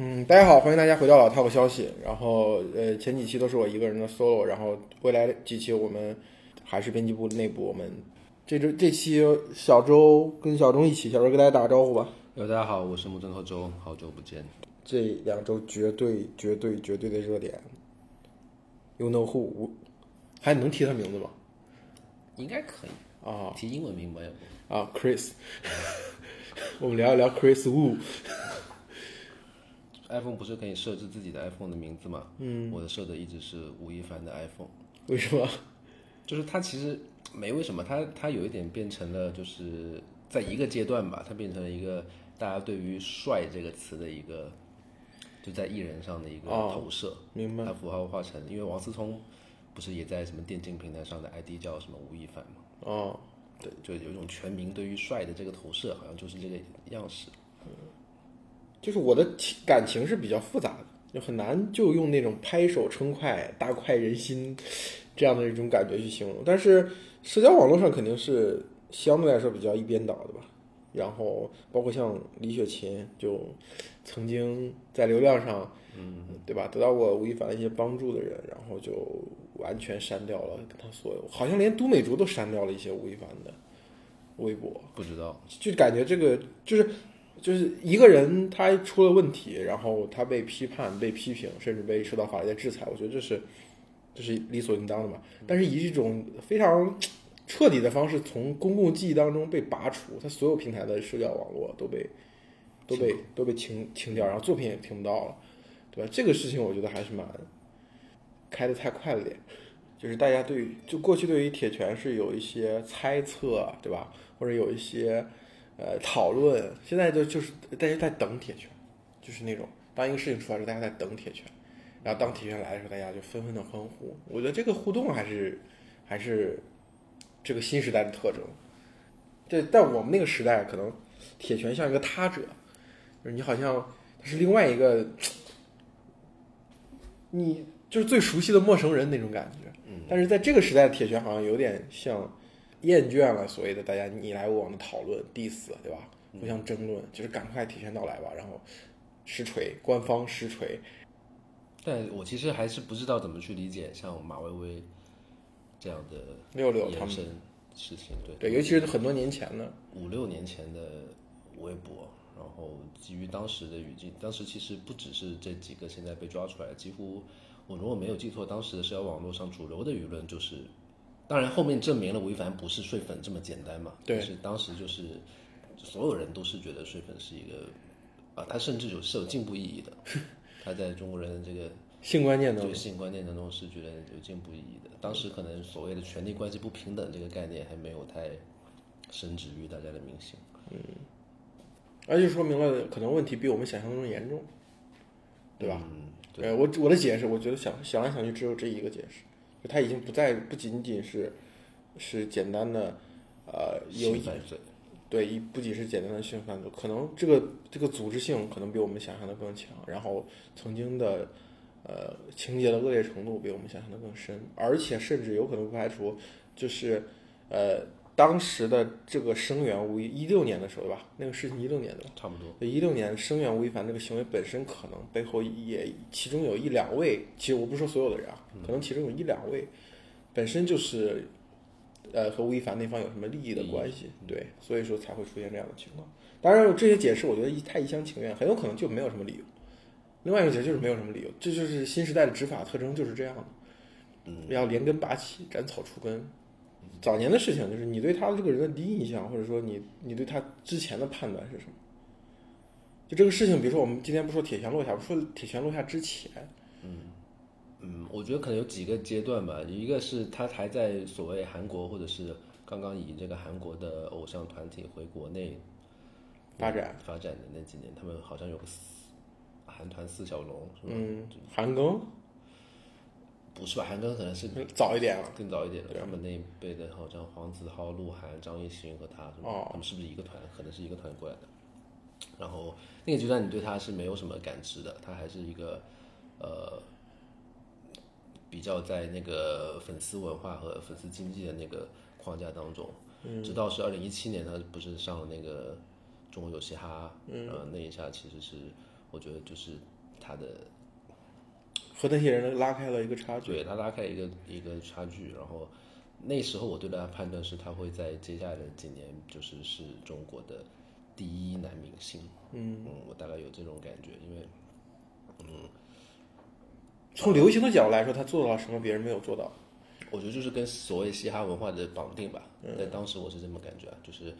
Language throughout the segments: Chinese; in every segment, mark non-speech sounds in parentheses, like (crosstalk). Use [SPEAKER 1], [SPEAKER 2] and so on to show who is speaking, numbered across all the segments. [SPEAKER 1] 嗯，大家好，欢迎大家回到老 Talk 消息。然后，呃，前几期都是我一个人的 solo，然后未来几期我们还是编辑部内部，我们这周这期小周跟小钟一起，小周跟大家打个招呼吧。
[SPEAKER 2] 哟，大家好，我是木村拓周，好久不见。
[SPEAKER 1] 这两周绝对、绝对、绝对的热点，You know who？我还能提他名字吗？
[SPEAKER 2] 应该可以
[SPEAKER 1] 啊
[SPEAKER 2] 提英文名吧？要不
[SPEAKER 1] 啊，Chris，我们聊一聊 Chris Wu。
[SPEAKER 2] iPhone 不是可以设置自己的 iPhone 的名字吗？嗯，我的设的一直是吴亦凡的 iPhone，
[SPEAKER 1] 为什么？
[SPEAKER 2] 就是他其实没为什么，他他有一点变成了就是在一个阶段吧，他变成了一个大家对于“帅”这个词的一个就在艺人上的一个
[SPEAKER 1] 哦
[SPEAKER 2] 投射，
[SPEAKER 1] 明白。
[SPEAKER 2] 他符号化成，因为王思聪不是也在什么电竞平台上的 ID 叫什么吴亦凡吗？
[SPEAKER 1] 哦，
[SPEAKER 2] 对，就有一种全民对于“帅”的这个投射，好像就是这个样式。
[SPEAKER 1] 就是我的情感情是比较复杂的，就很难就用那种拍手称快、大快人心这样的一种感觉去形容。但是社交网络上肯定是相对来说比较一边倒的吧。然后包括像李雪琴，就曾经在流量上，嗯，对吧，得到过吴亦凡的一些帮助的人，然后就完全删掉了跟他所有，好像连都美竹都删掉了一些吴亦凡的微博。
[SPEAKER 2] 不知道，
[SPEAKER 1] 就感觉这个就是就是一个人他出了问题，然后他被批判、被批评，甚至被受到法律的制裁，我觉得这是这是理所应当的嘛。但是以一种非常彻底的方式从公共记忆当中被拔除，他所有平台的社交网络都被都被都被清清掉，然后作品也听不到了，对吧？这个事情我觉得还是蛮开的太快了点。就是大家对于就过去对于铁拳是有一些猜测，对吧？或者有一些呃讨论。现在就就是大家在等铁拳，就是那种当一个事情出来的时候，大家在等铁拳，然后当铁拳来的时候，大家就纷纷的欢呼。我觉得这个互动还是还是这个新时代的特征。对，但我们那个时代可能铁拳像一个他者，就是你好像他是另外一个，你就是最熟悉的陌生人那种感觉。
[SPEAKER 2] 嗯，
[SPEAKER 1] 但是在这个时代，铁拳好像有点像厌倦了所谓的大家你来我往的讨论、diss，对吧？互
[SPEAKER 2] 嗯
[SPEAKER 1] 相争论，就是赶快铁拳到来吧，然后实锤，官方实锤。
[SPEAKER 2] 但我其实还是不知道怎么去理解像马薇薇这样的
[SPEAKER 1] 六六他
[SPEAKER 2] 延
[SPEAKER 1] 们
[SPEAKER 2] 伸事情，对
[SPEAKER 1] 对，尤其是很多年前的，
[SPEAKER 2] 五六年前的微博，然后基于当时的语境，当时其实不只是这几个现在被抓出来，几乎我如果没有记错，当时的社交网络上主流的舆论就是，当然后面证明了吴亦凡不是睡粉这么简单嘛，
[SPEAKER 1] 对
[SPEAKER 2] 但是当时就是所有人都是觉得睡粉是一个啊，他甚至有是有进步意义的，他在中国人的这个
[SPEAKER 1] 性观念当
[SPEAKER 2] 对
[SPEAKER 1] 中，
[SPEAKER 2] 性观念当中是觉得有进步意义的。当时可能所谓的权力关系不平等这个概念还没有太深植于大家的民心。
[SPEAKER 1] 而且说明了可能问题比我们想象中严重，对吧？
[SPEAKER 2] 嗯，对，
[SPEAKER 1] 对，呃我我的解释，我觉得想想来想去只有这一个解释，就它已经不再不仅仅是是简单的呃有
[SPEAKER 2] 性犯罪，
[SPEAKER 1] 对，一不仅是简单的性犯罪，可能这个这个组织性可能比我们想象的更强，然后曾经的呃情节的恶劣程度比我们想象的更深，而且甚至有可能不排除就是呃当时的这个声援吴一六年的时候对吧，那个事情一六年的吧，
[SPEAKER 2] 差不多。
[SPEAKER 1] 一六年声援吴亦凡这个行为本身可能背后也其中有一两位，其实我不是说所有的人啊，可能其中有一两位本身就是呃和吴亦凡那方有什么利益的关系，对，所以说才会出现这样的情况。当然，这些解释我觉得一太一厢情愿，很有可能就没有什么理由。另外一个解释就是没有什么理由，这就是新时代的执法特征就是这样的，要连根拔起，斩草除根。早年的事情就是你对他这个人的第一印象，或者说你你对他之前的判断是什么？就这个事情，比如说我们今天不说铁拳落下，我们说铁拳落下之前，
[SPEAKER 2] 嗯，我觉得可能有几个阶段吧，一个是他还在所谓韩国或者是刚刚以这个韩国的偶像团体回国内
[SPEAKER 1] 发展，
[SPEAKER 2] 发展的那几年，他们好像有个四韩团四小龙，是吧？
[SPEAKER 1] 嗯，韩庚
[SPEAKER 2] 不是吧？韩庚可能是
[SPEAKER 1] 早一点啊了，
[SPEAKER 2] 更早一点的，
[SPEAKER 1] 嗯对
[SPEAKER 2] 他们那一辈的，好像黄子韬、鹿晗、张艺兴和他，是吧
[SPEAKER 1] 哦
[SPEAKER 2] 他们是不是一个团？可能是一个团过来的。然后那个阶段你对他是没有什么感知的，他还是一个呃比较在那个粉丝文化和粉丝经济的那个框架当中。直到是二零一七年，他不是上了那个中国有嘻哈，嗯、呃，那一下其实是我觉得就是他的
[SPEAKER 1] 和那些人拉开了一个差距。
[SPEAKER 2] 对他拉开一个一个差距，然后那时候我对他的判断是，他会在接下来的几年就是是中国的第一男明星。
[SPEAKER 1] 嗯，
[SPEAKER 2] 嗯，我大概有这种感觉，因为
[SPEAKER 1] 从流行的角度来说，他做到了什么别人没有做到？
[SPEAKER 2] 我觉得就是跟所谓嘻哈文化的绑定吧。在当时我是这么感觉啊，就是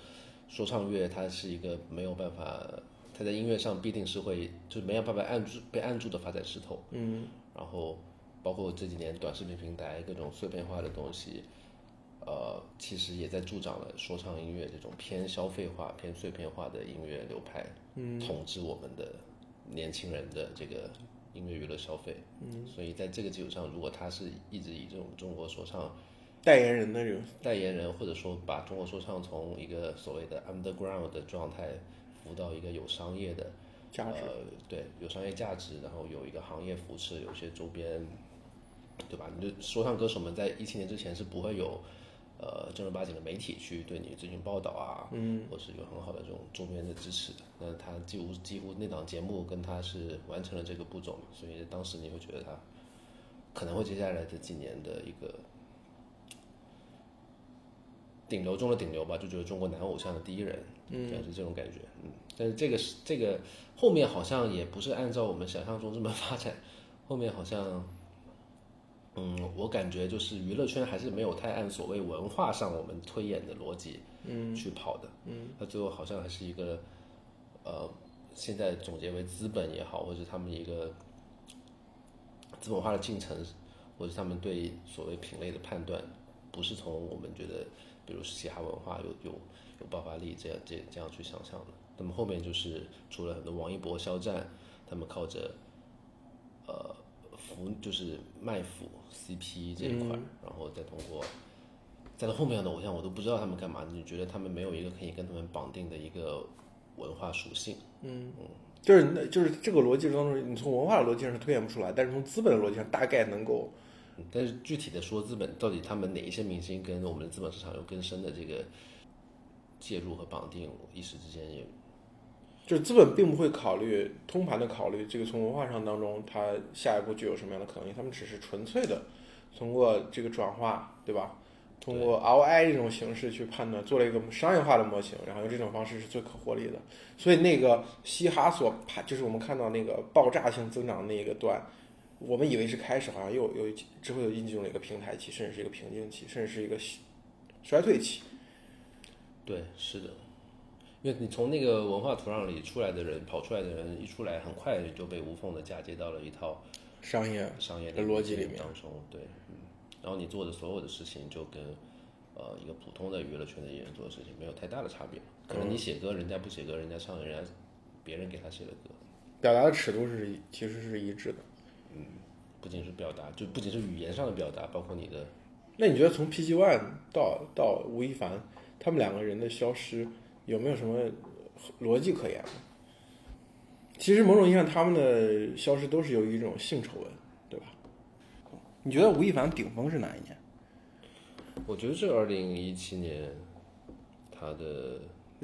[SPEAKER 2] 说唱乐它是一个没有办法，它在音乐上必定是会就是没有办法按住被按住的发展势头。
[SPEAKER 1] 嗯，
[SPEAKER 2] 然后包括这几年短视频平台各种碎片化的东西，呃，其实也在助长了说唱音乐这种偏消费化、偏碎片化的音乐流派，嗯，统治我们的年轻人的这个音乐娱乐消费，嗯，所以在这个基础上，如果他是一直以这种中国说唱
[SPEAKER 1] 代言人的这种，
[SPEAKER 2] 代言人，或者说把中国说唱从一个所谓的 underground 的状态扶到一个有商业的
[SPEAKER 1] 价值
[SPEAKER 2] 呃，对，有商业价值，然后有一个行业扶持，有些周边，对吧？你就说唱歌手们在一七年之前是不会有呃正儿八经的媒体去对你进行报道啊，嗯，或是有很好的这种周边的支持的。那他几乎几乎那档节目跟他是完成了这个步骤嘛，所以当时你会觉得他可能会接下来这几年的一个顶流中的顶流吧，就觉得中国男偶像的第一人，嗯，是这种感觉，嗯。但是这个是这个后面好像也不是按照我们想象中这么发展，后面好像，嗯，我感觉就是娱乐圈还是没有太按所谓文化上我们推演的逻辑，嗯，去跑的，嗯，那最后好像还是一个，呃，现在总结为资本也好，或者他们一个资本化的进程，或者他们对所谓品类的判断，不是从我们觉得，比如嘻哈文化有有有爆发力这样这这样去想象的。那么后面就是除了很多王一博、肖战，他们靠着呃服就是卖腐 CP 这一块，然后再通过。在后面的偶像，我都不知道他们干嘛，你觉得他们没有一个可以跟他们绑定的一个文化属性？
[SPEAKER 1] 就是那就是这个逻辑当中，你从文化的逻辑上是推演不出来，但是从资本的逻辑上大概能够
[SPEAKER 2] 嗯但是具体的说，资本到底他们哪一些明星跟我们的资本市场有更深的这个介入和绑定，我一时之间也
[SPEAKER 1] 就是资本并不会考虑通盘的考虑这个从文化上当中它下一步具有什么样的可能性，他们只是纯粹的通过这个转化，对吧？通过 ROI 这种形式去判断，做了一个商业化的模型，然后用这种方式是最可获利的。所以那个嘻哈所啪，就是我们看到那个爆炸性增长那一个段，我们以为是开始，好像又有之后又进入了一个平台期，甚至是一个瓶颈期，甚至是一个衰退期。
[SPEAKER 2] 对，是的，因为你从那个文化土壤里出来的人，跑出来的人一出来，很快就被无缝的嫁接到了一套
[SPEAKER 1] 商业
[SPEAKER 2] 商业
[SPEAKER 1] 的嗯逻辑里面
[SPEAKER 2] 当中，对，嗯，然后你做的所有的事情就跟呃一个普通的娱乐圈的艺人做的事情没有太大的差别，可能你
[SPEAKER 1] 嗯
[SPEAKER 2] 写歌，人家不写歌，人家唱人家别人给他写的歌，
[SPEAKER 1] 表达的尺度是一其实是一致的。
[SPEAKER 2] 不仅是表达，就不仅是语言上的表达，包括你的
[SPEAKER 1] 那你觉得从 PG One 到到吴亦凡，他们两个人的消失有没有什么逻辑可言呢？其实某种意义上，他们的消失都是由于一种性丑闻，对吧？你觉得吴亦凡顶峰是哪一年？
[SPEAKER 2] 我觉得这二零一七年，他的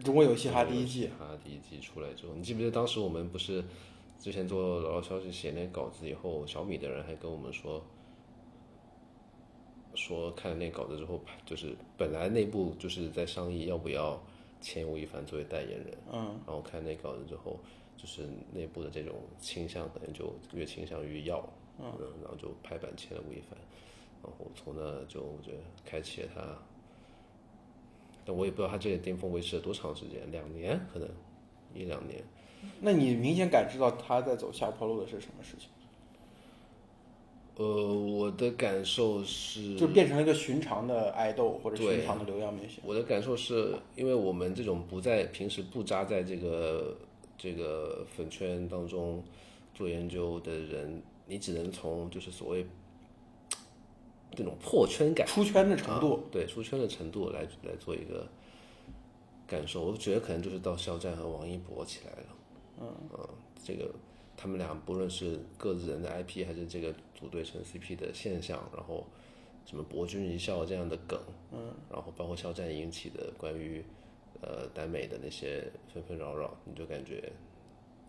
[SPEAKER 1] 中国有嘻哈第一季，
[SPEAKER 2] 嘻哈第一季出来之后，你记不记得当时我们不是之前做老老消息写那稿子以后，小米的人还跟我们说，说看了那稿子之后，就是本来内部就是在商议要不要签吴亦凡作为代言人，
[SPEAKER 1] 嗯，
[SPEAKER 2] 然后看那稿子之后，就是内部的这种倾向可能就越倾向于要，嗯，然后就拍板签了吴亦凡，然后从那就我觉得开启了他，但我也不知道他这个巅峰维持了多长时间，两年可能一两年，
[SPEAKER 1] 那你明显感知到他在走下坡路的是什么事情？
[SPEAKER 2] 呃，我的感受是，
[SPEAKER 1] 就变成了一个寻常的爱豆或者
[SPEAKER 2] 对
[SPEAKER 1] 寻常的流量明星。
[SPEAKER 2] 我的感受是，因为我们这种不在平时不扎在这个这个粉圈当中做研究的人，你只能从就是所谓这种破圈感
[SPEAKER 1] 出圈的程度，
[SPEAKER 2] 啊对出圈的程度来来做一个感受。我觉得可能就是到肖战和王一博起来了，嗯、这个他们俩不论是各自人的 IP 还是这个组队成 CP 的现象，然后什么博君一笑这样的梗，嗯，然后包括肖战引起的关于呃耽美的那些纷纷扰扰，你就感觉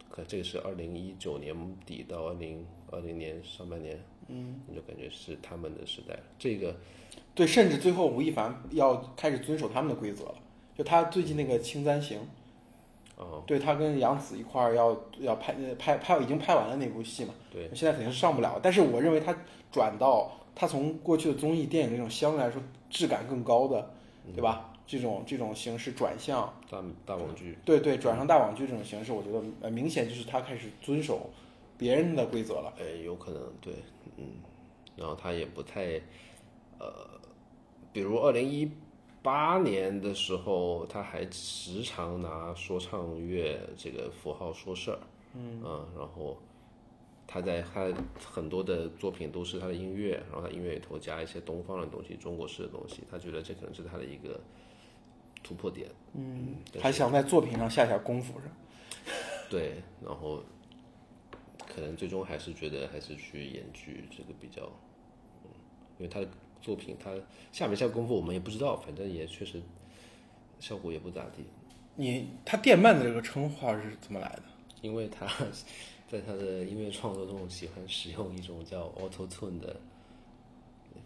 [SPEAKER 2] 可这个是二零一九年底到二零二零年上半年，嗯，你就感觉是他们的时代了。这个
[SPEAKER 1] 对，甚至最后吴亦凡要开始遵守他们的规则了。就他最近那个《青簪行》，
[SPEAKER 2] 哦，
[SPEAKER 1] 对他跟杨紫一块儿要要拍呃拍拍已经拍完了那部戏嘛，
[SPEAKER 2] 对，
[SPEAKER 1] 现在肯定是上不了。但是我认为他转到他从过去的综艺电影那种相对来说质感更高的，
[SPEAKER 2] 嗯
[SPEAKER 1] 对吧？这种这种形式转向，
[SPEAKER 2] 大大网剧，
[SPEAKER 1] 对对，转向大网剧这种形式，我觉得呃明显就是他开始遵守别人的规则了。
[SPEAKER 2] 呃，有可能对，嗯，然后他也不太，呃，比如二零一八年的时候，他还时常拿说唱乐这个符号说事儿，嗯然后他在他很多的作品都是他的音乐，然后他音乐里头加一些东方的东西、中国式的东西，他觉得这可能是他的一个突破点，嗯但
[SPEAKER 1] 还想在作品上下下功夫是吧？
[SPEAKER 2] 对，然后可能最终还是觉得还是去演剧这个比较，嗯，因为他的作品他下没下功夫我们也不知道，反正也确实效果也不咋地，
[SPEAKER 1] 你他电鳗的这个称号是怎么来的？
[SPEAKER 2] 因为他在他的音乐创作中喜欢使用一种叫 Auto Tune 的，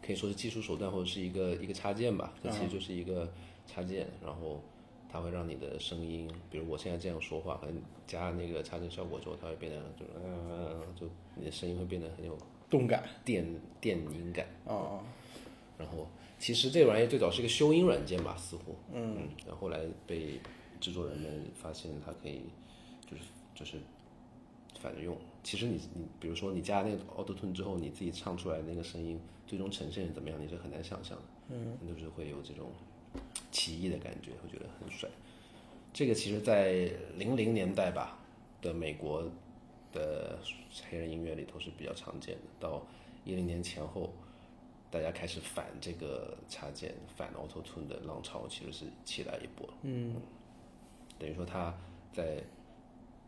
[SPEAKER 2] 可以说是技术手段或者是一个一个插件吧，这其实就是一个插件，然后。它会让你的声音，比如我现在这样说话，可能加那个插件效果之后，它会变得就是嗯、就你的声音会变得很有
[SPEAKER 1] 动感
[SPEAKER 2] 电电音感。
[SPEAKER 1] 啊、哦
[SPEAKER 2] 然后其实这玩意儿最早是一个修音软件吧，似乎，嗯，然后后来被制作人们发现它可以，就是就是反着用。其实你你比如说你加那个 Auto Tune 之后，你自己唱出来那个声音最终呈现是怎么样，你是很难想象的，嗯，就是会有这种奇异的感觉，会觉得很帅。这个其实，在零零年代吧的美国的黑人音乐里头是比较常见的，到一零年前后。大家开始反这个插件、反 Auto Tune 的浪潮，其实是起来一波了。嗯，等于说他在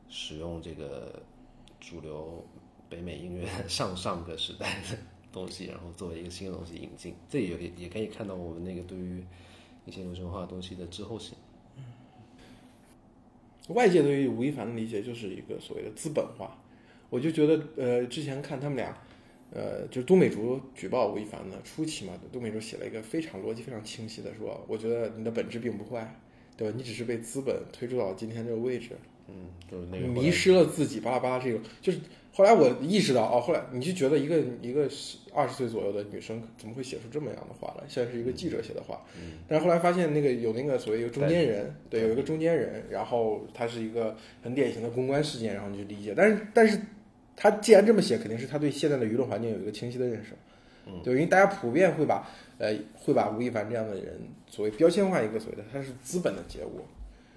[SPEAKER 2] 使用这个主流北美音乐 (laughs) 上上个时代的东西，然后作为一个新的东西引进，这也可以也可以看到我们那个对于一些流行文化东西的滞后性。
[SPEAKER 1] 外界对于吴亦凡的理解就是一个所谓的资本化，我就觉得，呃，之前看他们俩，呃，就是都美竹举报吴亦凡的初期嘛，都美竹写了一个非常逻辑非常清晰的说，我觉得你的本质并不坏，对吧？你只是被资本推出到今天这个位置，
[SPEAKER 2] 嗯，就是那个后来
[SPEAKER 1] 迷失了自己，巴拉巴拉这种，就是后来我意识到，哦，后来你就觉得一个一个二十岁左右的女生怎么会写出这么样的话来，像是一个记者写的话，但是后来发现那个有那个所谓一个中间人，
[SPEAKER 2] 对
[SPEAKER 1] 对，有一个中间人，然后他是一个很典型的公关事件，然后你去理解，但是但是他既然这么写，肯定是他对现在的舆论环境有一个清晰的认识。对，因为大家普遍会把呃会把吴亦凡这样的人所谓标签化一个所谓的他是资本的结果，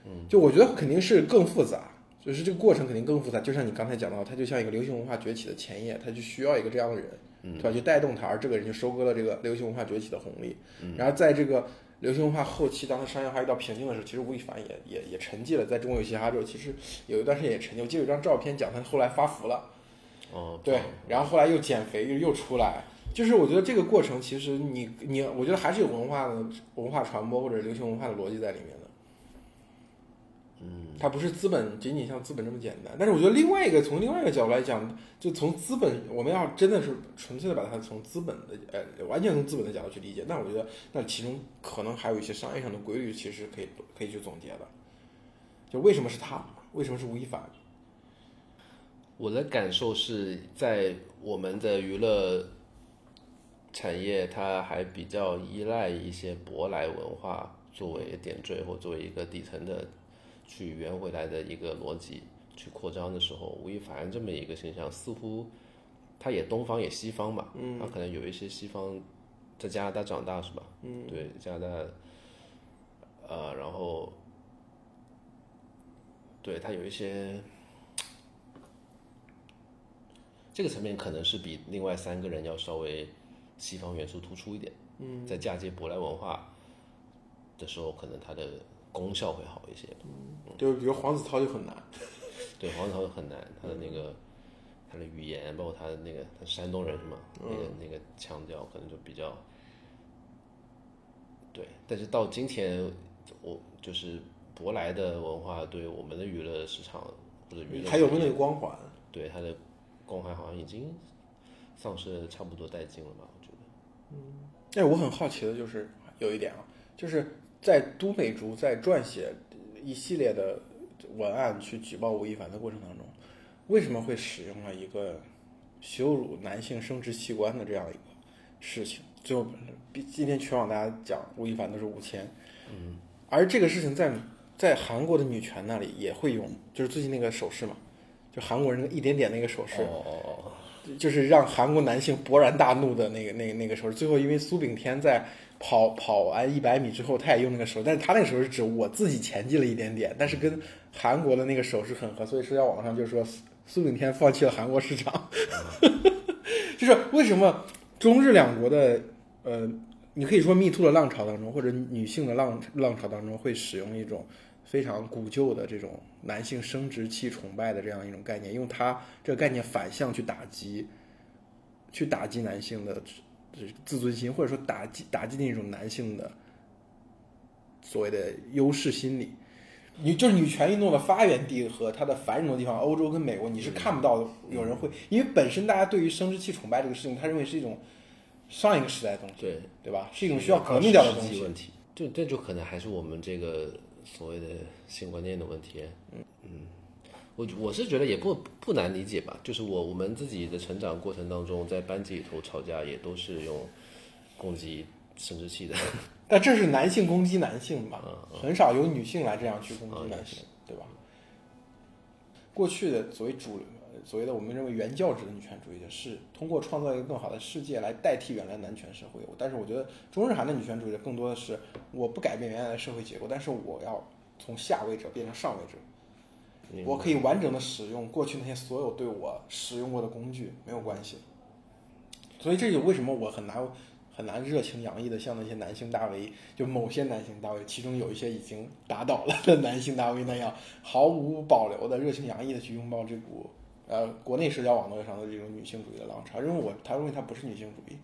[SPEAKER 1] 嗯，就我觉得肯定是更复杂，就是这个过程肯定更复杂。就像你刚才讲到，它就像一个流行文化崛起的前夜，它就需要一个这样的人，对吧？去带动它，而这个人就收割了这个流行文化崛起的红利。然后在这个流行文化后期，当它商业化遇到瓶颈的时候，其实吴亦凡也也也沉寂了，在中国有嘻哈之后，其实有一段时间也沉寂。我记得有一张照片讲他后来发福了。
[SPEAKER 2] 哦，
[SPEAKER 1] 对，然后后来又减肥，又又出来，就是我觉得这个过程其实你你，我觉得还是有文化的文化传播或者流行文化的逻辑在里面的。嗯，它不是资本仅仅像资本这么简单，但是我觉得另外一个从另外一个角度来讲，就从资本，我们要真的是纯粹的把它从资本的呃完全从资本的角度去理解，那我觉得那其中可能还有一些商业上的规律，其实可以可以去总结的。就为什么是他，为什么是吴亦凡？
[SPEAKER 2] 我的感受是在我们的娱乐产业，它还比较依赖一些舶来文化作为点缀或作为一个底层的去圆回来的一个逻辑去扩张的时候，吴亦凡这么一个形象，似乎他也东方也西方嘛，嗯，他可能有一些西方在加拿大长大是吧？嗯，对，加拿大，呃，然后对他有一些。这个层面可能是比另外三个人要稍微西方元素突出一点。嗯，在嫁接舶来文化的时候，可能它的功效会好一些。嗯
[SPEAKER 1] 就是比如黄子韬就很难，
[SPEAKER 2] 对，黄子韬很难，他的那个、他的语言，包括他的那个，他是山东人是吗？那
[SPEAKER 1] 嗯
[SPEAKER 2] 个那个腔调可能就比较，对。但是到今天，我就是舶来的文化对我们的娱乐市场或者娱乐，
[SPEAKER 1] 还有没有那个光环？
[SPEAKER 2] 对他的光环好像已经丧失的差不多殆尽了吧？我觉得
[SPEAKER 1] 但是我很好奇的就是有一点啊，就是在都美竹在撰写一系列的文案去举报吴亦凡的过程当中，为什么会使用了一个羞辱男性生殖器官的这样一个事情？最后，比今天全网大家讲吴亦凡都是五千，嗯，而这个事情在在韩国的女权那里也会用，就是最近那个手势嘛，就韩国人那个一点点那个手势，
[SPEAKER 2] 哦哦哦，
[SPEAKER 1] 就是让韩国男性勃然大怒的那个、那个、那个手势。最后，因为苏炳添在跑跑完一百米之后，他也用那个手，但是他那个手是指我自己前进了一点点，但是跟韩国的那个手势很合，所以社交网上就说苏苏炳添放弃了韩国市场。 (laughs) 就是为什么中日两国的呃，你可以说 Me Too 的浪潮当中，或者女性的浪浪潮当中，会使用一种非常古旧的这种男性生殖器崇拜的这样一种概念，用它这个概念反向去打击，去打击男性的自自尊心，或者说打击打击那种男性的所谓的优势心理。女就是女权运动的发源地和它的繁荣的地方，欧洲跟美国，你是看不到有人会，因为本身大家对于生殖器崇拜这个事情，他认为是一种上一个时代的东西，
[SPEAKER 2] 对，
[SPEAKER 1] 对吧？是一种需要革命掉的东
[SPEAKER 2] 哦是一个
[SPEAKER 1] 西。
[SPEAKER 2] 问题。就这就可能还是我们这个所谓的性观念的问题。嗯我我是觉得也不不难理解吧，就是我我们自己的成长过程当中，在班级里头吵架也都是用攻击生殖器的，
[SPEAKER 1] 但这是男性攻击男性嘛，很少有女性来这样去攻击男性，对吧？过去的所谓主流所谓的我们认为原教旨的女权主义者，是通过创造一个更好的世界来代替原来男权社会。但是我觉得中日韩的女权主义者更多的是，我不改变原来的社会结构，但是我要从下位者变成上位者。我可以完整的使用过去那些所有对我使用过的工具，没有关系。所以这就为什么我很难很难热情洋溢的像那些男性大 V，就某些男性大 V，其中有一些已经打倒了的男性大 V 那样毫无保留的热情洋溢的去拥抱这股呃国内社交网络上的这种女性主义的浪潮，因为我他认为它不是女性主义，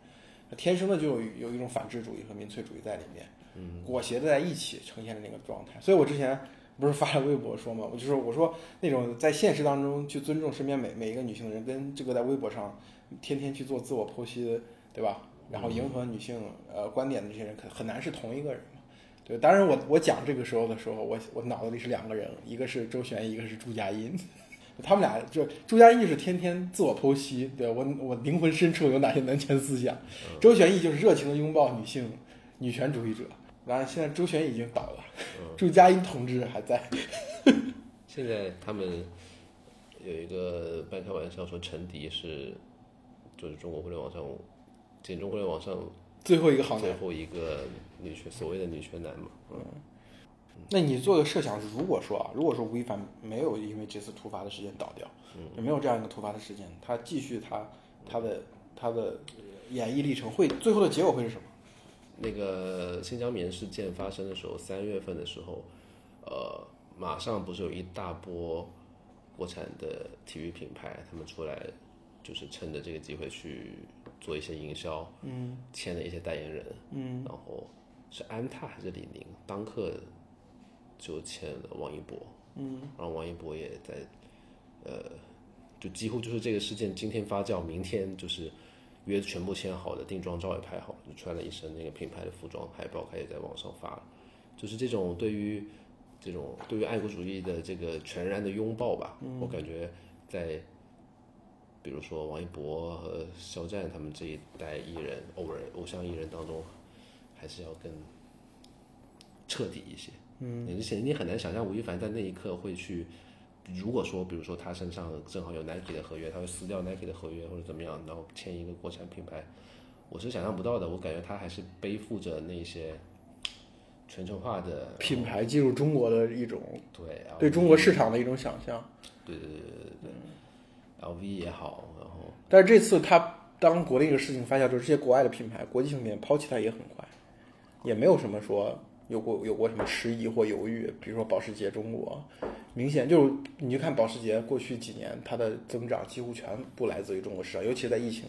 [SPEAKER 1] 它天生的就有有一种反智主义和民粹主义在里面，嗯，裹挟在一起呈现的那个状态。所以我之前不是发了微博说嘛，我就说我说那种在现实当中去尊重身边每每一个女性的人，跟这个在微博上天天去做自我剖析的，对吧？然后迎合女性呃观点的这些人，可很难是同一个人嘛。对，当然我我讲这个时候的时候，我我脑子里是两个人，一个是周璇，一个是朱佳音。 (laughs) 他们俩就朱佳音就是天天自我剖析，对我我灵魂深处有哪些男权思想？ (laughs) 周璇亦就是热情的拥抱女性女权主义者。当然，现在周璇已经倒了，朱佳音同志还在。
[SPEAKER 2] 现在他们有一个半开玩笑说陈迪是就是中国互联网上，简中国互联网上
[SPEAKER 1] 最后一个好男
[SPEAKER 2] 最
[SPEAKER 1] 人，
[SPEAKER 2] 后一个女权所谓的女权男嘛，
[SPEAKER 1] 那你做个设想，如果说啊，如果说吴亦凡没有因为这次突发的事件倒掉，也没有这样一个突发的事件，他继续他他的他的演艺历程会，最后的结果会是什么？
[SPEAKER 2] 那个新疆棉事件发生的时候，三月份的时候，呃，马上不是有一大波国产的体育品牌，他们出来就是趁着这个机会去做一些营销，嗯，签了一些代言人，嗯，然后是安踏还是李宁，当刻就签了王一博，嗯，然后王一博也在，呃，就几乎就是这个事件今天发酵，明天就是约全部签好的，定妆照也拍好了，就穿了一身那个品牌的服装，海报开始在网上发了，就是这种对于这种对于爱国主义的这个全然的拥抱吧，我感觉在比如说王一博和肖战他们这一代艺人、偶人、偶像艺人当中，还是要更彻底一些。嗯，你显你很难想象吴亦凡在那一刻会去。如果说，比如说他身上正好有 Nike 的合约，他会撕掉 Nike 的合约或者怎么样，然后签一个国产品牌，我是想象不到的。我感觉他还是背负着那些全球化的
[SPEAKER 1] 品牌进入中国的一种
[SPEAKER 2] 对
[SPEAKER 1] 对中国市场的一种想象。
[SPEAKER 2] LV 也好，然后
[SPEAKER 1] 但是这次他当国内这个事情发酵之后，这些国外的品牌、国际性品牌抛弃他也很快，也没有什么说有过有过什么迟疑或犹豫。比如说保时捷中国，明显就是你就看保时捷过去几年它的增长几乎全部来自于中国市场，尤其在疫情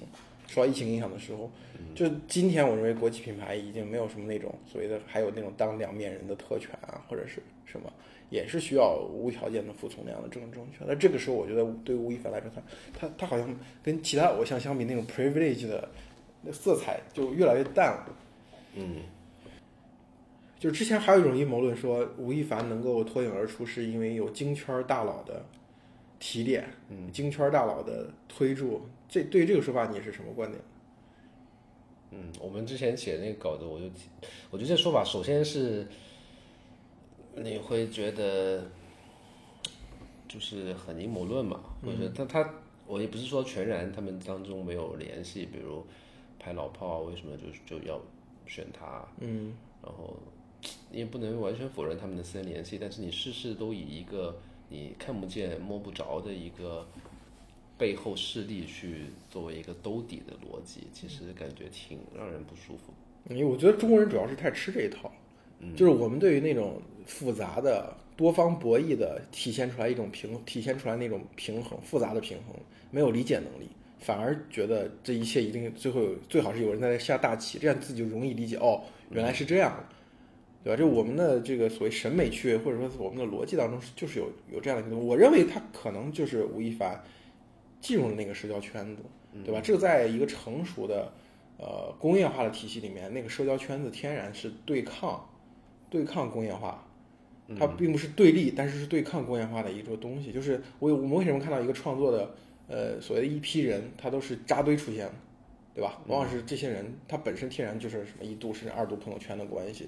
[SPEAKER 1] 受到疫情影响的时候，就今天我认为国际品牌已经没有什么那种所谓的还有那种当两面人的特权啊，或者是什么，也是需要无条件的服从那样的政治正确。那这个时候，我觉得对吴亦凡来说，他他他好像跟其他偶像相比，那种 privilege 的那色彩就越来越淡了。
[SPEAKER 2] 嗯，
[SPEAKER 1] 就之前还有一种阴谋论说，吴亦凡能够脱颖而出，是因为有京圈儿大佬的提点，嗯，京圈儿大佬的推助。这对于这个说法，你是什么观点？
[SPEAKER 2] 嗯，我们之前写那个稿子，我就提我觉得这说法，首先是你会觉得就是很阴谋论嘛，或
[SPEAKER 1] 嗯
[SPEAKER 2] 者他他我也不是说全然他们当中没有联系，比如拍老炮啊为什么就就要选他，
[SPEAKER 1] 嗯
[SPEAKER 2] 然后你也不能完全否认他们的私人联系，但是你事事都以一个你看不见、摸不着的一个背后势力去作为一个兜底的逻辑，其实感觉挺让人不舒服。
[SPEAKER 1] 因为我觉得中国人主要是太吃这一套，就是我们对于那种复杂的多方博弈的体现出来一种平，体现出来那种平衡，复杂的平衡没有理解能力，反而觉得这一切一定最后有最好是有人在下大棋，这样自己就容易理解哦，原来是这样的，对吧？这我们的这个所谓审美趣味，或者说是我们的逻辑当中是就是有有这样的一个东西，我认为他可能就是吴亦凡进入了那个社交圈子，对吧？这在一个成熟的。呃工业化的体系里面，那个社交圈子天然是对抗对抗工业化，它并不是对立，但是是对抗工业化的一个东西。就是我我们为什么看到一个创作的呃所谓的一批人，他都是扎堆出现的，对吧？往往是这些人他本身天然就是什么一度甚至二度朋友圈的关系，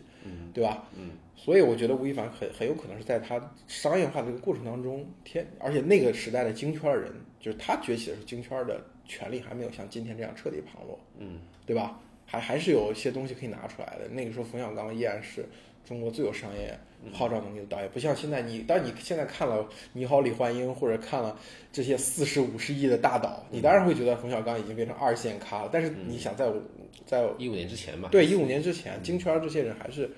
[SPEAKER 1] 对吧？嗯，所以我觉得吴亦凡很很有可能是在他商业化的这个过程当中，天而且那个时代的京圈人，就是他崛起的时候，京圈的权力还没有像今天这样彻底旁落。对吧？还还是有一些东西可以拿出来的。那个时候，冯小刚依然是中国最有商业号召能力的导演，不像现在你，当你现在看了《你好，李焕英》或者看了这些四十五十亿的大导，你当然会觉得冯小刚已经变成二线咖了。但是你想在我，在
[SPEAKER 2] 一五年之前吧，嗯
[SPEAKER 1] 对一五年之前，京圈儿这些人还是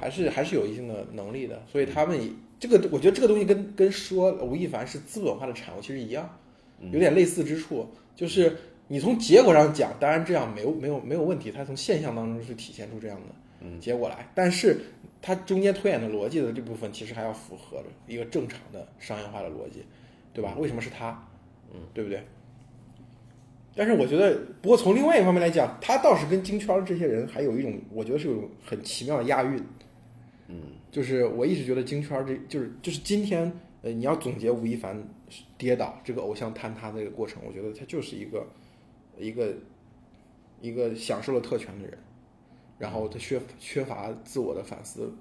[SPEAKER 1] 还是还是有一定的能力的，所以他们也这个我觉得这个东西跟跟说吴亦凡是资本化的产物其实一样，
[SPEAKER 2] 嗯
[SPEAKER 1] 有点类似之处，就是你从结果上讲，当然这样没有没有没有问题，他从现象当中去体现出这样
[SPEAKER 2] 嗯
[SPEAKER 1] 的结果来，但是它中间推演的逻辑的这部分其实还要符合一个正常的商业化的逻辑，对吧？为什么是他？嗯，对不对？但是我觉得，不过从另外一方面来讲，他倒是跟京圈儿这些人还有一种，我觉得是有一种很奇妙的押韵。嗯，就是我一直觉得京圈儿这就是就是今天，呃，你要总结吴亦凡跌倒这个偶像坍塌的这个过程，我觉得他就是一个一个一个享受了特权的人，然后他缺缺乏自我的反思，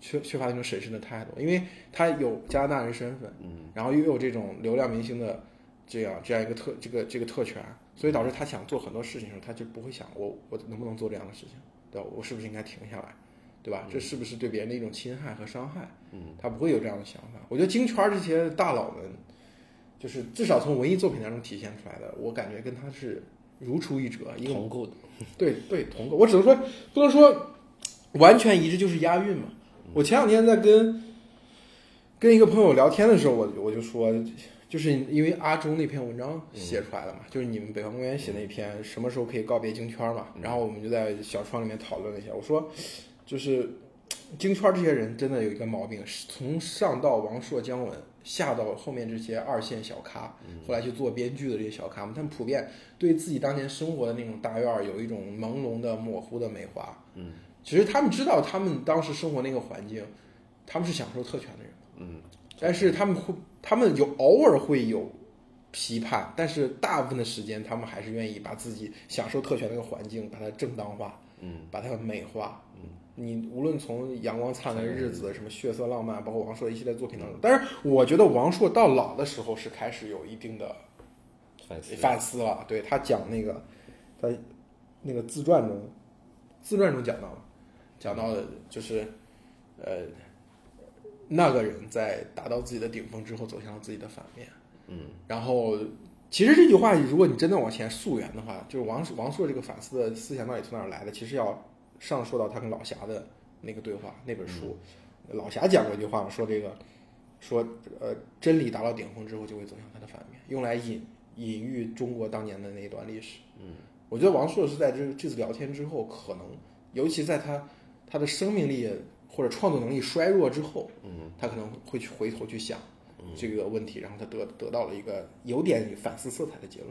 [SPEAKER 1] 缺缺乏那种审视的态度，因为他有加拿大人身份，嗯，然后又有这种流量明星的这样这样一个特这个这个特权，所以导致他想做很多事情的时候，他就不会想我我能不能做这样的事情，对吧？我是不是应该停下来，对吧？这是不是对别人的一种侵害和伤害？嗯，他不会有这样的想法。我觉得京圈儿这些大佬们，就是至少从文艺作品当中体现出来的，我感觉跟他是如出一辙，一个
[SPEAKER 2] 同构
[SPEAKER 1] (laughs) 对对，同构。我只能说，不能说完全一致，就是押韵嘛。我前两天在跟跟一个朋友聊天的时候，我我就说，就是因为阿忠那篇文章写出来了嘛，就是你们北方公园写那篇什么时候可以告别京圈儿嘛，然后我们就在小窗里面讨论了一下，我说就是。京圈儿这些人真的有一个毛病，是从上到王朔、姜文，下到后面这些二线小咖，后来去做编剧的这些小咖们，他们普遍。对自己当年生活的那种大院儿有一种朦胧的、模糊的美化。嗯，其实他们知道他们当时生活那个环境，他们是享受特权的人。
[SPEAKER 2] 嗯，
[SPEAKER 1] 但是他们会，他们有偶尔会有批判，但是大部分的时间，他们还是愿意把自己享受特权那个环境，把它正当化，
[SPEAKER 2] 嗯，
[SPEAKER 1] 把它美化。嗯，你无论从《阳光灿烂的日子》、什么《血色浪漫》，包括王朔的一系列作品当中，但是我觉得王朔到老的时候是开始有一定的。
[SPEAKER 2] 反思，
[SPEAKER 1] 反思了。对他讲那个，他那个自传中，自传中讲到了，讲到的就是，呃，那个人在达到自己的顶峰之后，走向了自己的反面。嗯，然后其实这句话，如果你真的往前溯源的话，就是王王朔这个反思的思想到底从哪儿来的？其实要上溯到他跟老侠的那个对话那本书，老侠讲过一句话嘛，说这个。说，呃，真理达到顶峰之后，就会走向他的反面，用来引隐喻中国当年的那一段历史。嗯，我觉得王朔是在这这次聊天之后，可能尤其在他他的生命力或者创作能力衰弱之后，嗯，他可能会去回头去想这个问题，然后他得得到了一个有点反思色彩的结论。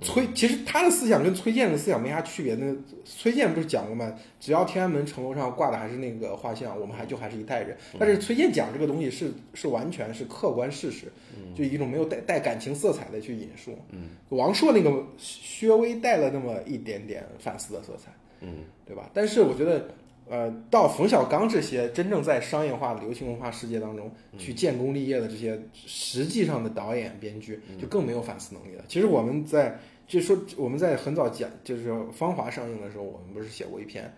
[SPEAKER 1] 崔其实他的思想跟崔健的思想没啥区别。那崔健不是讲过吗？只要天安门城楼上挂的还是那个画像，我们还就还是一代人。但是崔健讲这个东西是是完全是客观事实，就一种没有带带感情色彩的去引述。嗯，王朔那个稍微带了那么一点点反思的色彩，
[SPEAKER 2] 嗯，
[SPEAKER 1] 对吧？但是我觉得，呃，到冯小刚这些真正在商业化流行文化世界当中去建功立业的这些实际上的导演编剧，就更没有反思能力了。其实我们在就说我们在很早讲，就是《芳华》上映的时候，我们不是写过一篇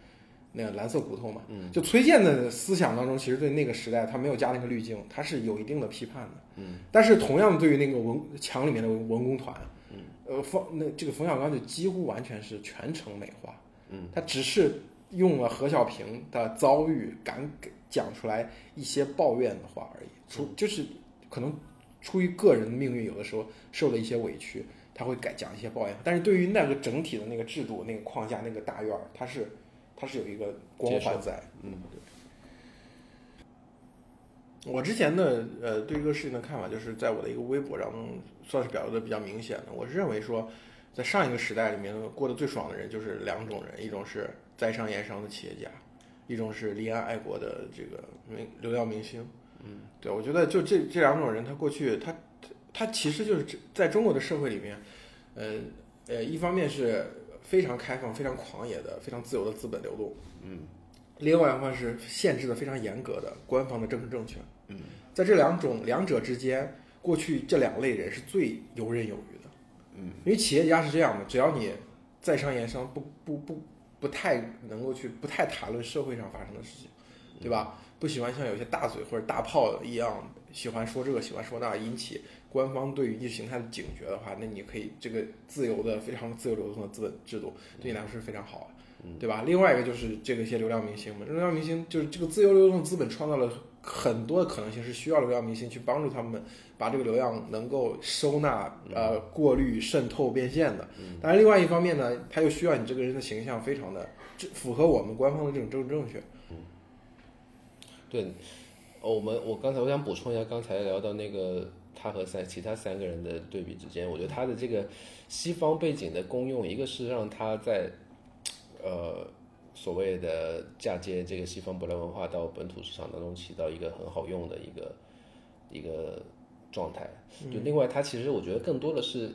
[SPEAKER 1] 那个蓝色骨头嘛？嗯，就崔健的思想当中，其实对那个时代他没有加那个滤镜，他是有一定的批判的。嗯，但是同样对于那个文墙里面的文文工团，嗯，呃，冯那这个冯小刚就几乎完全是全程美化。嗯，他只是用了何小平的遭遇，敢讲出来一些抱怨的话而已。出就是可能出于个人命运，有的时候受了一些委屈，他会改讲一些抱怨。但是对于那个整体的那个制度、那个框架、那个大院儿，他是他是有一个光环在。
[SPEAKER 2] 嗯，
[SPEAKER 1] 对。我之前的呃对这个事情的看法，就是在我的一个微博当中，算是表达的比较明显的。我是认为说，在上一个时代里面过得最爽的人就是两种人，一种是在商言商的企业家，一种是离岸爱国的这个明流量明星。嗯，对，我觉得就这这两种人，他过去他他他其实就是这在中国的社会里面，呃呃，一方面是非常开放、非常狂野的、非常自由的资本流动，
[SPEAKER 2] 嗯
[SPEAKER 1] 另外一方面是限制的非常严格的官方的政治正确。
[SPEAKER 2] 嗯，
[SPEAKER 1] 在这两种两者之间，过去这两类人是最游刃有余的。
[SPEAKER 2] 嗯，
[SPEAKER 1] 因为企业家是这样的，只要你在商言商，不不不不太能够去不太谈论社会上发生的事情，对吧？不喜欢像有些大嘴或者大炮一样喜欢说这个喜欢说那，引起官方对于意识形态的警觉的话，那你可以这个自由的非常自由流动的资本制度对你来说是非常好的，对吧？另外一个就是这个一些流量明星们，流量明星就是这个自由流动的资本创造了。很多的可能性是需要流量明星去帮助他们把这个流量能够收纳、呃过滤、渗透、变现的。当然，另外一方面呢，他又需要你这个人的形象非常的这符合我们官方的这种政治正确。
[SPEAKER 2] 对，哦我们我刚才我想补充一下，刚才聊到那个他和三其他三个人的对比之间，我觉得他的这个西方背景的功用，一个是让他在呃所谓的嫁接这个西方舶来文化到本土市场当中起到一个很好用的一个一个状态。就另外，他其实我觉得更多的是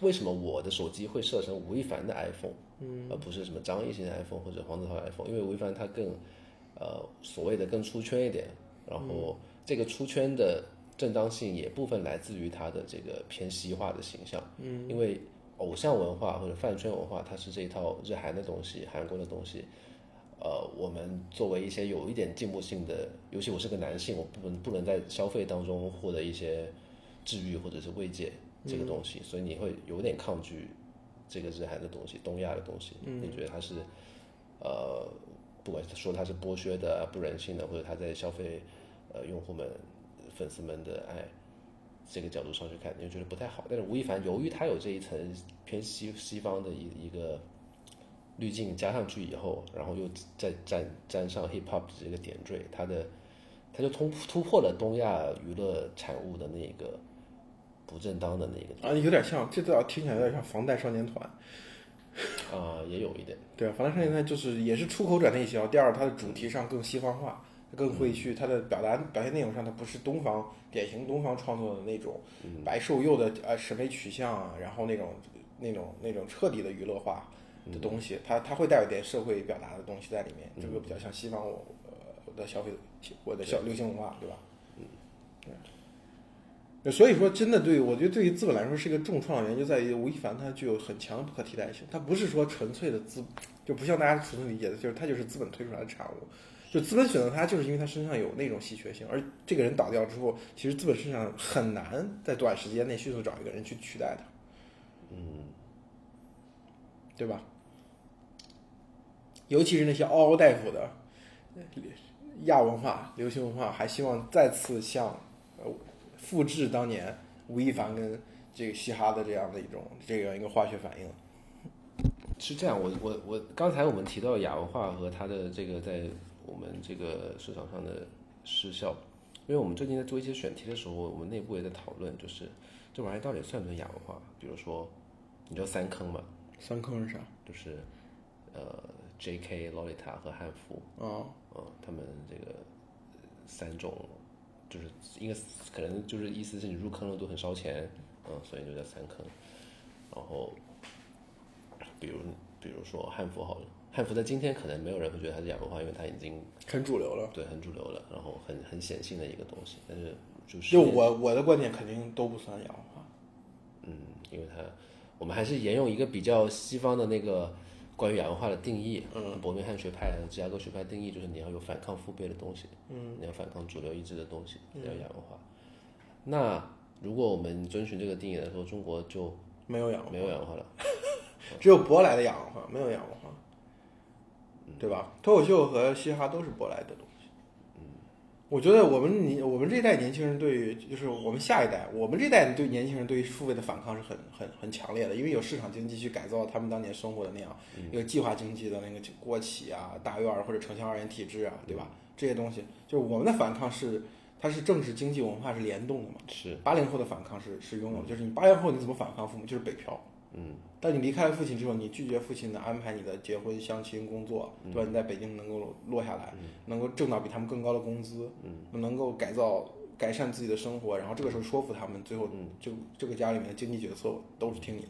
[SPEAKER 2] 为什么我的手机会设成吴亦凡的 iPhone，嗯，而不是什么张艺兴的 iPhone 或者黄子韬的 iPhone，因为吴亦凡他更呃所谓的更出圈一点，然后这个出圈的正当性也部分来自于他的这个偏西化的形象，嗯，因为偶像文化或者饭圈文化，它是这一套日韩的东西、韩国的东西。呃，我们作为一些有一点进步性的，尤其我是个男性，我不能不能在消费当中获得一些治愈或者是慰藉这个东西，所以你会有点抗拒这个日韩的东西、东亚的东西，你觉得它是呃，不管是说它是剥削的、啊不人性的，或者它在消费呃用户们、粉丝们的爱这个角度上去看，你就觉得不太好。但是吴亦凡由于他有这一层偏西西方的一一个滤镜加上去以后，然后又再沾沾上 hip hop 这个点缀，他的他就突突破了东亚娱乐产物的那个不正当的那个
[SPEAKER 1] 啊，有点像，这倒听起来有点像防弹少年团。
[SPEAKER 2] 啊、也有一点。
[SPEAKER 1] 对，防弹少年团就是也是出口转内销。第二，它的主题上更西方化，更会去它的表达表现内容上，它不是东方典型东方创作的那种白瘦幼的呃审美取向啊，然后那种那种那种彻底的娱乐化的东西，它它会带有点社会表达的东西在里面，这个比较像西方我呃的消费我的小流行文化，对吧？对所以说，真的对我觉得对于资本来说是一个重创的原因，就在于吴亦凡他具有很强的不可替代性，他不是说纯粹的资，就不像大家纯粹理解的，就是他就是资本推出来的产物。就资本选择他，就是因为他身上有那种稀缺性，而这个人倒掉之后，其实资本市场很难在短时间内迅速找一个人去取代他，嗯，对吧？尤其是那些嗷嗷待哺的亚文化、流呃行文化，还希望再次向复制当年吴亦凡跟这个嘻哈的这样的一种这样一个化学反应。
[SPEAKER 2] 是这样，我我我刚才我们提到亚文化和它的这个在我们这个市场上的失效，因为我们最近在做一些选题的时候，我们内部也在讨论，就是这玩意儿到底算不算亚文化？比如说，你知道三坑吗？
[SPEAKER 1] 三坑是啥？
[SPEAKER 2] 就是呃，J.K. 洛丽塔和汉服，
[SPEAKER 1] 啊，
[SPEAKER 2] 嗯，他们这个三种就是应该是可能就是意思是你入坑了都很烧钱，嗯，所以就叫三坑。然后，比如比如说汉服好了，汉服在今天可能没有人会觉得它是亚文化，因为它已经
[SPEAKER 1] 很主流了。
[SPEAKER 2] 对很主流了，然后很很显性的一个东西，但是就是
[SPEAKER 1] 就我我的观点肯定都不算洋化。
[SPEAKER 2] 嗯，因为它我们还是沿用一个比较西方的那个关于亚文化的定义，嗯，伯明翰学派、芝加哥学派定义就是你要有反抗父辈的东西，嗯，你要反抗主流意志的东西，叫亚文化。那如果我们遵循这个定义来说，中国就
[SPEAKER 1] 没有洋化，
[SPEAKER 2] 没有亚文化了。
[SPEAKER 1] 只有舶来的洋化，没有洋化，
[SPEAKER 2] 嗯
[SPEAKER 1] 对吧？脱口秀和嘻哈都是舶来的东西。
[SPEAKER 2] 嗯
[SPEAKER 1] 我觉得我们年我们这一代年轻人对于就是我们下一代，我们这代对年轻人对于父辈的反抗是很很很强烈的，因为有市场经济去改造他们当年生活的那样，
[SPEAKER 2] 嗯
[SPEAKER 1] 有计划经济的那个国企啊、大院儿或者城乡二元体制啊，对
[SPEAKER 2] 嗯
[SPEAKER 1] 吧？这些东西就是我们的反抗是它是政治、经济、文化是联动的嘛。
[SPEAKER 2] 是，
[SPEAKER 1] 八零后的反抗是是拥有的，就是你八零后你怎么反抗父母，就是北漂。
[SPEAKER 2] 嗯，
[SPEAKER 1] 当你离开了父亲之后，你拒绝父亲的安排，你的结婚、相亲、工作，
[SPEAKER 2] 嗯
[SPEAKER 1] 对吧？你在北京能够落下来，能够挣到比他们更高的工资，嗯，能够改造、改善自己的生活，然后这个时候说服他们，最后
[SPEAKER 2] 嗯
[SPEAKER 1] 就这个家里面的经济决策都是听你的，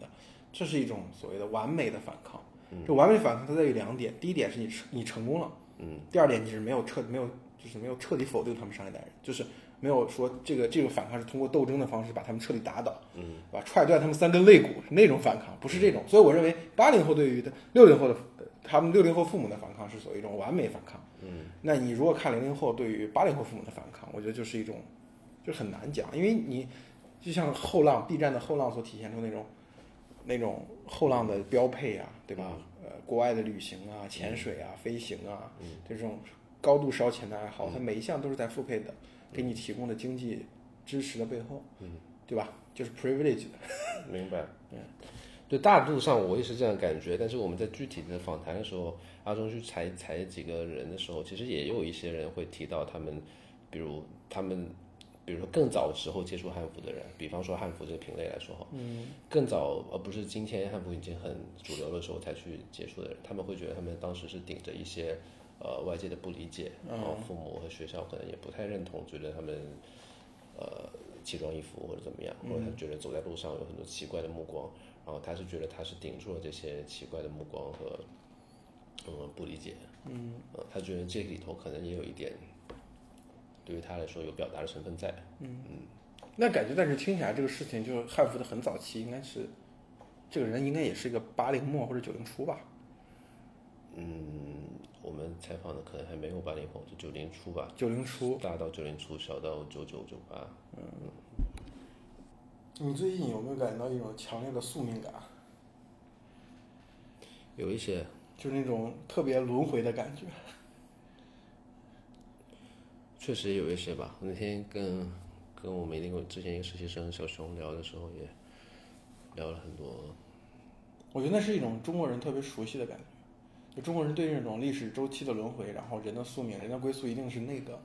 [SPEAKER 1] 这是一种所谓的完美的反抗。这完美反抗它在于两点，第一点是你成你成功了，
[SPEAKER 2] 嗯，
[SPEAKER 1] 第二点你是没有彻没有就是没有彻底否定他们上一代人，就是没有说这个这种反抗是通过斗争的方式把他们彻底打倒，
[SPEAKER 2] 嗯，
[SPEAKER 1] 对吧？踹断他们三根肋骨是那种反抗，不是这种。所以我认为八零后对于六零后的呃他们六零后父母的反抗是属于一种完美反抗。
[SPEAKER 2] 嗯，
[SPEAKER 1] 那你如果看零零后对于八零后父母的反抗，我觉得就是一种就很难讲，因为你就像后浪 B 站的后浪所体现出那种那种后浪的标配啊，对吧？
[SPEAKER 2] 嗯
[SPEAKER 1] 呃，国外的旅行啊、潜水啊、飞行啊，这种高度烧钱的爱
[SPEAKER 2] 嗯
[SPEAKER 1] 好，它每一项都是在复配的，给你提供的经济支持的背后，
[SPEAKER 2] 嗯，
[SPEAKER 1] 对吧？就是 privilege 的，
[SPEAKER 2] 明白。嗯对，大致上我也是这样感觉，但是我们在具体的访谈的时候，阿忠去采采几个人的时候，其实也有一些人会提到他们，比如他们，比如说更早时候接触汉服的人，比方说汉服这个品类来说哈，嗯，更早而不是今天汉服已经很主流的时候才去接触的人，他们会觉得他们当时是顶着一些呃外界的不理解，然后父母和学校可能也不太认同，觉得他们呃奇装异服或者怎么样，或者他觉得走在路上有很多奇怪的目光，然后他是觉得他是顶住了这些奇怪的目光和嗯不理解，嗯、呃，他觉得这里头可能也有一点对于他来说有表达的成分在，
[SPEAKER 1] 那感觉，但是听起来这个事情，就是汉服的很早期，应该是这个人应该也是一个八零末或者九零初吧。
[SPEAKER 2] 嗯，我们采访的可能还没有八零后，就九零初吧，
[SPEAKER 1] 九零初，
[SPEAKER 2] 大到九零初，小到九九九八，
[SPEAKER 1] 你最近有没有感到一种强烈的宿命感，啊
[SPEAKER 2] 有一些
[SPEAKER 1] 就是那种特别轮回的感觉？
[SPEAKER 2] 确实有一些吧。那天跟跟我们那个之前一个实习生小熊聊的时候，也聊了很多。
[SPEAKER 1] 我觉得那是一种中国人特别熟悉的感觉，就中国人对这种历史周期的轮回，然后人的宿命、人的归宿一定是那个，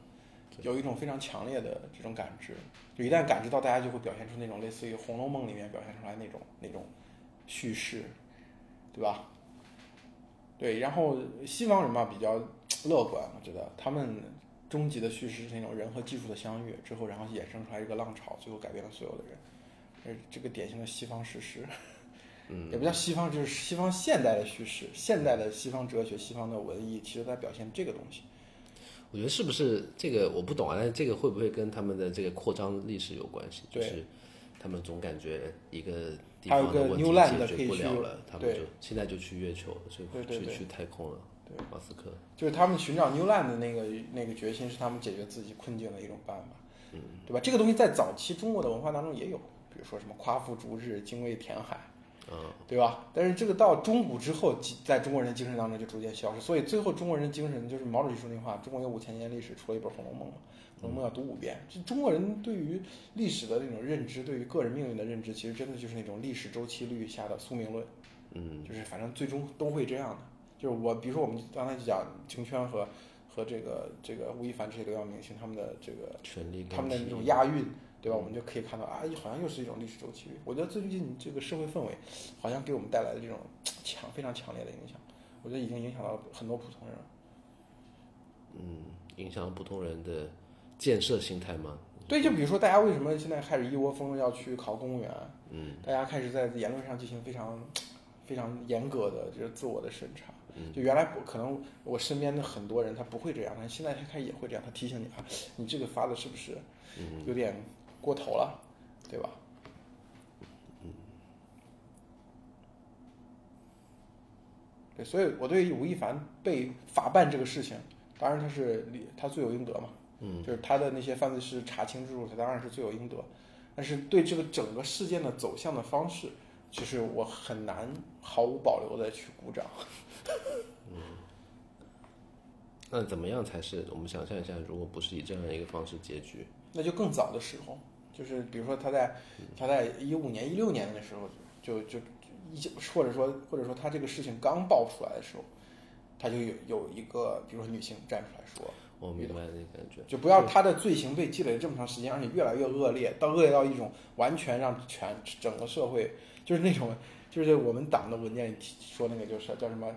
[SPEAKER 1] 有一种非常强烈的这种感知。就一旦感知到，大家就会表现出那种类似于《红楼梦》里面表现出来那种那种叙事，对吧？对，然后西方人嘛比较乐观，我觉得他们终极的叙事是那种人和技术的相遇之后，然后衍生出来一个浪潮，最后改变了所有的人。呃，这个典型的西方史诗。
[SPEAKER 2] 嗯
[SPEAKER 1] 也不叫西方，就是西方现代的叙事、现代的西方哲学、西方的文艺，其实在表现这个东西。
[SPEAKER 2] 我觉得是不是这个我不懂啊，但是这个会不会跟他们的这个扩张历史有关系？就
[SPEAKER 1] 对
[SPEAKER 2] 是他们总感觉一个地
[SPEAKER 1] 还有
[SPEAKER 2] 方
[SPEAKER 1] 个
[SPEAKER 2] 的问题
[SPEAKER 1] New Land
[SPEAKER 2] 解
[SPEAKER 1] 可以
[SPEAKER 2] 决不
[SPEAKER 1] 去
[SPEAKER 2] 了了，他们
[SPEAKER 1] 对
[SPEAKER 2] 就现在就去月球，就
[SPEAKER 1] 对对
[SPEAKER 2] 去
[SPEAKER 1] 对
[SPEAKER 2] 去太空了。
[SPEAKER 1] 对，
[SPEAKER 2] 马斯克，
[SPEAKER 1] 就是他们寻找 New Land 的那个那个决心，是他们解决自己困境的一种办法，对吧？这个东西在早期中国的文化当中也有，比如说什么夸父逐日、精卫填海，
[SPEAKER 2] 嗯，
[SPEAKER 1] 对吧？但是这个到中古之后，即在中国人的精神当中就逐渐消失，所以最后中国人的精神就是毛主席说那话：“中国有五千年历史，除了一本《红楼梦》嘛，《红楼梦》要读五遍。”就中国人对于历史的那种认知，对于个人命运的认知，其实真的就是那种历史周期律下的宿命论，
[SPEAKER 2] 嗯
[SPEAKER 1] 就是反正最终都会这样的。就是我，比如说我们刚才就讲晴圈和和这个这个吴亦凡这些流量明星他们的这个
[SPEAKER 2] 权力
[SPEAKER 1] 他们的那种押韵，对吧？我们就可以看到啊，好像又是一种历史周期。我觉得最近这个社会氛围，好像给我们带来的这种强非常强烈的影响，我觉得已经影响到很多普通人了。
[SPEAKER 2] 嗯，影响普通人的建设心态吗？
[SPEAKER 1] 对，就比如说大家为什么现在开始一窝蜂要去考公务员，
[SPEAKER 2] 嗯
[SPEAKER 1] 大家开始在言论上进行非常非常严格的就是自我的审查。
[SPEAKER 2] 嗯
[SPEAKER 1] 就原来我可能我身边的很多人他不会这样，但现在他开始也会这样，他提醒你啊，你这个发的是不是
[SPEAKER 2] 嗯
[SPEAKER 1] 有点过头了，对吧？对，所以我对吴亦凡被法办这个事情，当然他是理他罪有应得嘛，
[SPEAKER 2] 嗯
[SPEAKER 1] 就是他的那些犯罪事实查清之后，他当然是罪有应得。但是对这个整个事件的走向的方式，其实我很难毫无保留的去鼓掌。
[SPEAKER 2] 那怎么样才是我们想象一下，如果不是以这样一个方式结局？
[SPEAKER 1] 那就更早的时候，就是比如说他在他在一五年、一六年的时候，就就一或者说或者说他这个事情刚爆出来的时候，他就有有一个比如说女性站出来说，
[SPEAKER 2] 我明白那个感觉，
[SPEAKER 1] 就不要他的罪行被积累这么长时间，而且越来越恶劣，到恶劣到一种完全让全整个社会就是那种就是我们党的文件里提说那个就是叫什么。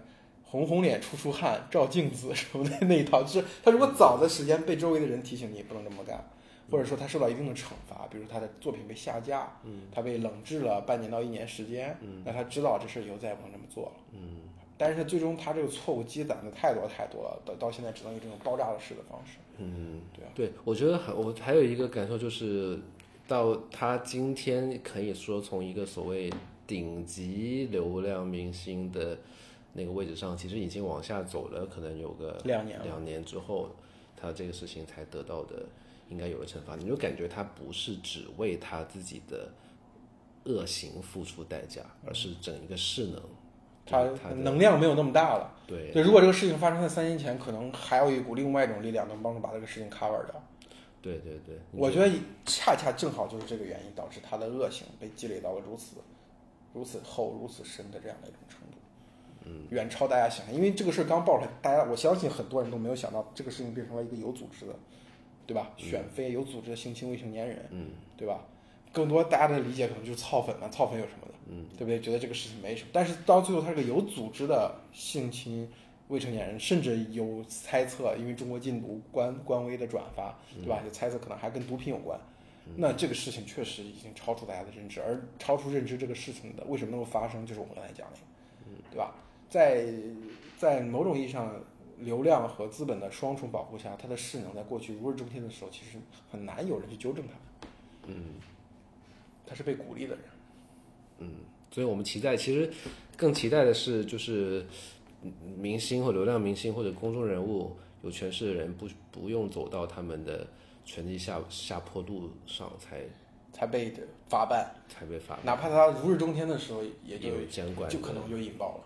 [SPEAKER 1] 红红脸，出出汗，照镜子什么的那一套，就是他如果早的时间被周围的人提醒，你也不能这么干，或者说他受到一定的惩罚，比如他的作品被下架，
[SPEAKER 2] 嗯
[SPEAKER 1] 他被冷炙了半年到一年时间，
[SPEAKER 2] 嗯
[SPEAKER 1] 那他知道这事以后再也不能这么做了。
[SPEAKER 2] 嗯
[SPEAKER 1] 但是最终他这个错误积攒的太多太多了，到到现在只能用这种爆炸的式的方式。
[SPEAKER 2] 嗯，
[SPEAKER 1] 对啊
[SPEAKER 2] 对，我觉得还我还有一个感受就是，到他今天可以说从一个所谓顶级流量明星的那个位置上，其实已经往下走了，可能有个
[SPEAKER 1] 两年了
[SPEAKER 2] 两年之后，他这个事情才得到的应该有了惩罚。你就感觉他不是只为他自己的恶行付出代价，而是整一个势能，
[SPEAKER 1] 他
[SPEAKER 2] 他的
[SPEAKER 1] 能量没有那么大了。
[SPEAKER 2] 对
[SPEAKER 1] 对，如果这个事情发生在三年前，可能还有一股另外一种力量能帮助把这个事情 cover 掉。
[SPEAKER 2] 对对对，
[SPEAKER 1] 我觉得恰恰正好就是这个原因，导致他的恶行被积累到了如此、如此厚、如此深的这样的一种程度，嗯，远超大家想象。因为这个事儿刚爆出来，大家我相信很多人都没有想到，这个事情变成了一个有组织的，对吧？选妃有组织的性侵未成年人，
[SPEAKER 2] 嗯，
[SPEAKER 1] 对吧？更多大家的理解可能就是操粉嘛，操粉有什么的，嗯，对不对？觉得这个事情没什么，但是到最后，他这个有组织的性侵未成年人，甚至有猜测，因为中国禁毒官官微的转发，对吧？有猜测可能还跟毒品有关。那这个事情确实已经超出大家的认知，而超出认知这个事情的为什么能够发生，就是我们刚才讲的，对吧？在在某种意义上，流量和资本的双重保护下，它的势能在过去如日中天的时候，其实很难有人去纠正它。他是被鼓励的人。
[SPEAKER 2] 所以我们期待，其实更期待的是，就是嗯明星或流量明星或者公众人物有权势的人不，不用走到他们的权力下下坡路上才
[SPEAKER 1] 才被法办，
[SPEAKER 2] 才被罚，
[SPEAKER 1] 哪怕他如日中天的时候，也就
[SPEAKER 2] 有监管的，
[SPEAKER 1] 就可能就引爆了，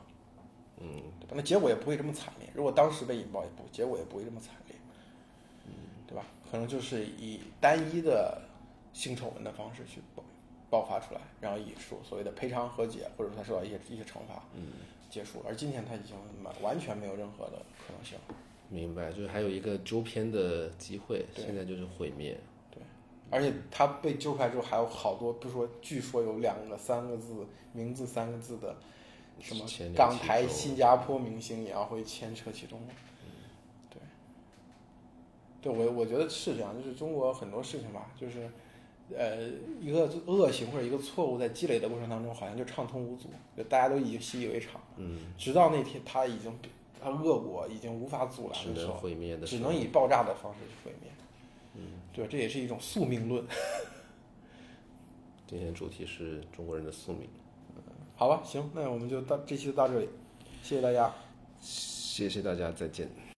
[SPEAKER 1] 嗯，对吧？那结果也不会这么惨烈。如果当时被引爆，也不结果也不会这么惨烈，对吧？可能就是以单一的性丑闻的方式去爆爆发出来，然后以所所谓的赔偿和解，或者说他受到一些一些惩罚，嗯，结束。而今天他已经完完全没有任何的可能性了，
[SPEAKER 2] 明白，就是还有一个纠偏的机会，
[SPEAKER 1] 对
[SPEAKER 2] 现在就是毁灭，
[SPEAKER 1] 而且他被揪出来之后，还有好多，比如说，据说有两个、三个字名字三个字的，什么
[SPEAKER 2] 前
[SPEAKER 1] 港台、
[SPEAKER 2] 两期
[SPEAKER 1] 新加坡明星也要会牵扯其中。
[SPEAKER 2] 嗯
[SPEAKER 1] 对，对我我觉得是这样，就是中国很多事情吧，就是呃一个恶行或者一个错误在积累的过程当中，好像就畅通无阻，就大家都已经习以为常。
[SPEAKER 2] 嗯，
[SPEAKER 1] 直到那天他已经他恶果已经无法阻
[SPEAKER 2] 只
[SPEAKER 1] 拦的时
[SPEAKER 2] 能
[SPEAKER 1] 候，
[SPEAKER 2] 毁灭的时
[SPEAKER 1] 只
[SPEAKER 2] 候，
[SPEAKER 1] 能以爆炸的方式去毁灭。嗯，对，这也是一种宿命论。
[SPEAKER 2] 今天主题是中国人的宿命，
[SPEAKER 1] 好吧，行，那我们就到这期就到这里，谢谢大家。
[SPEAKER 2] 谢谢大家，再见。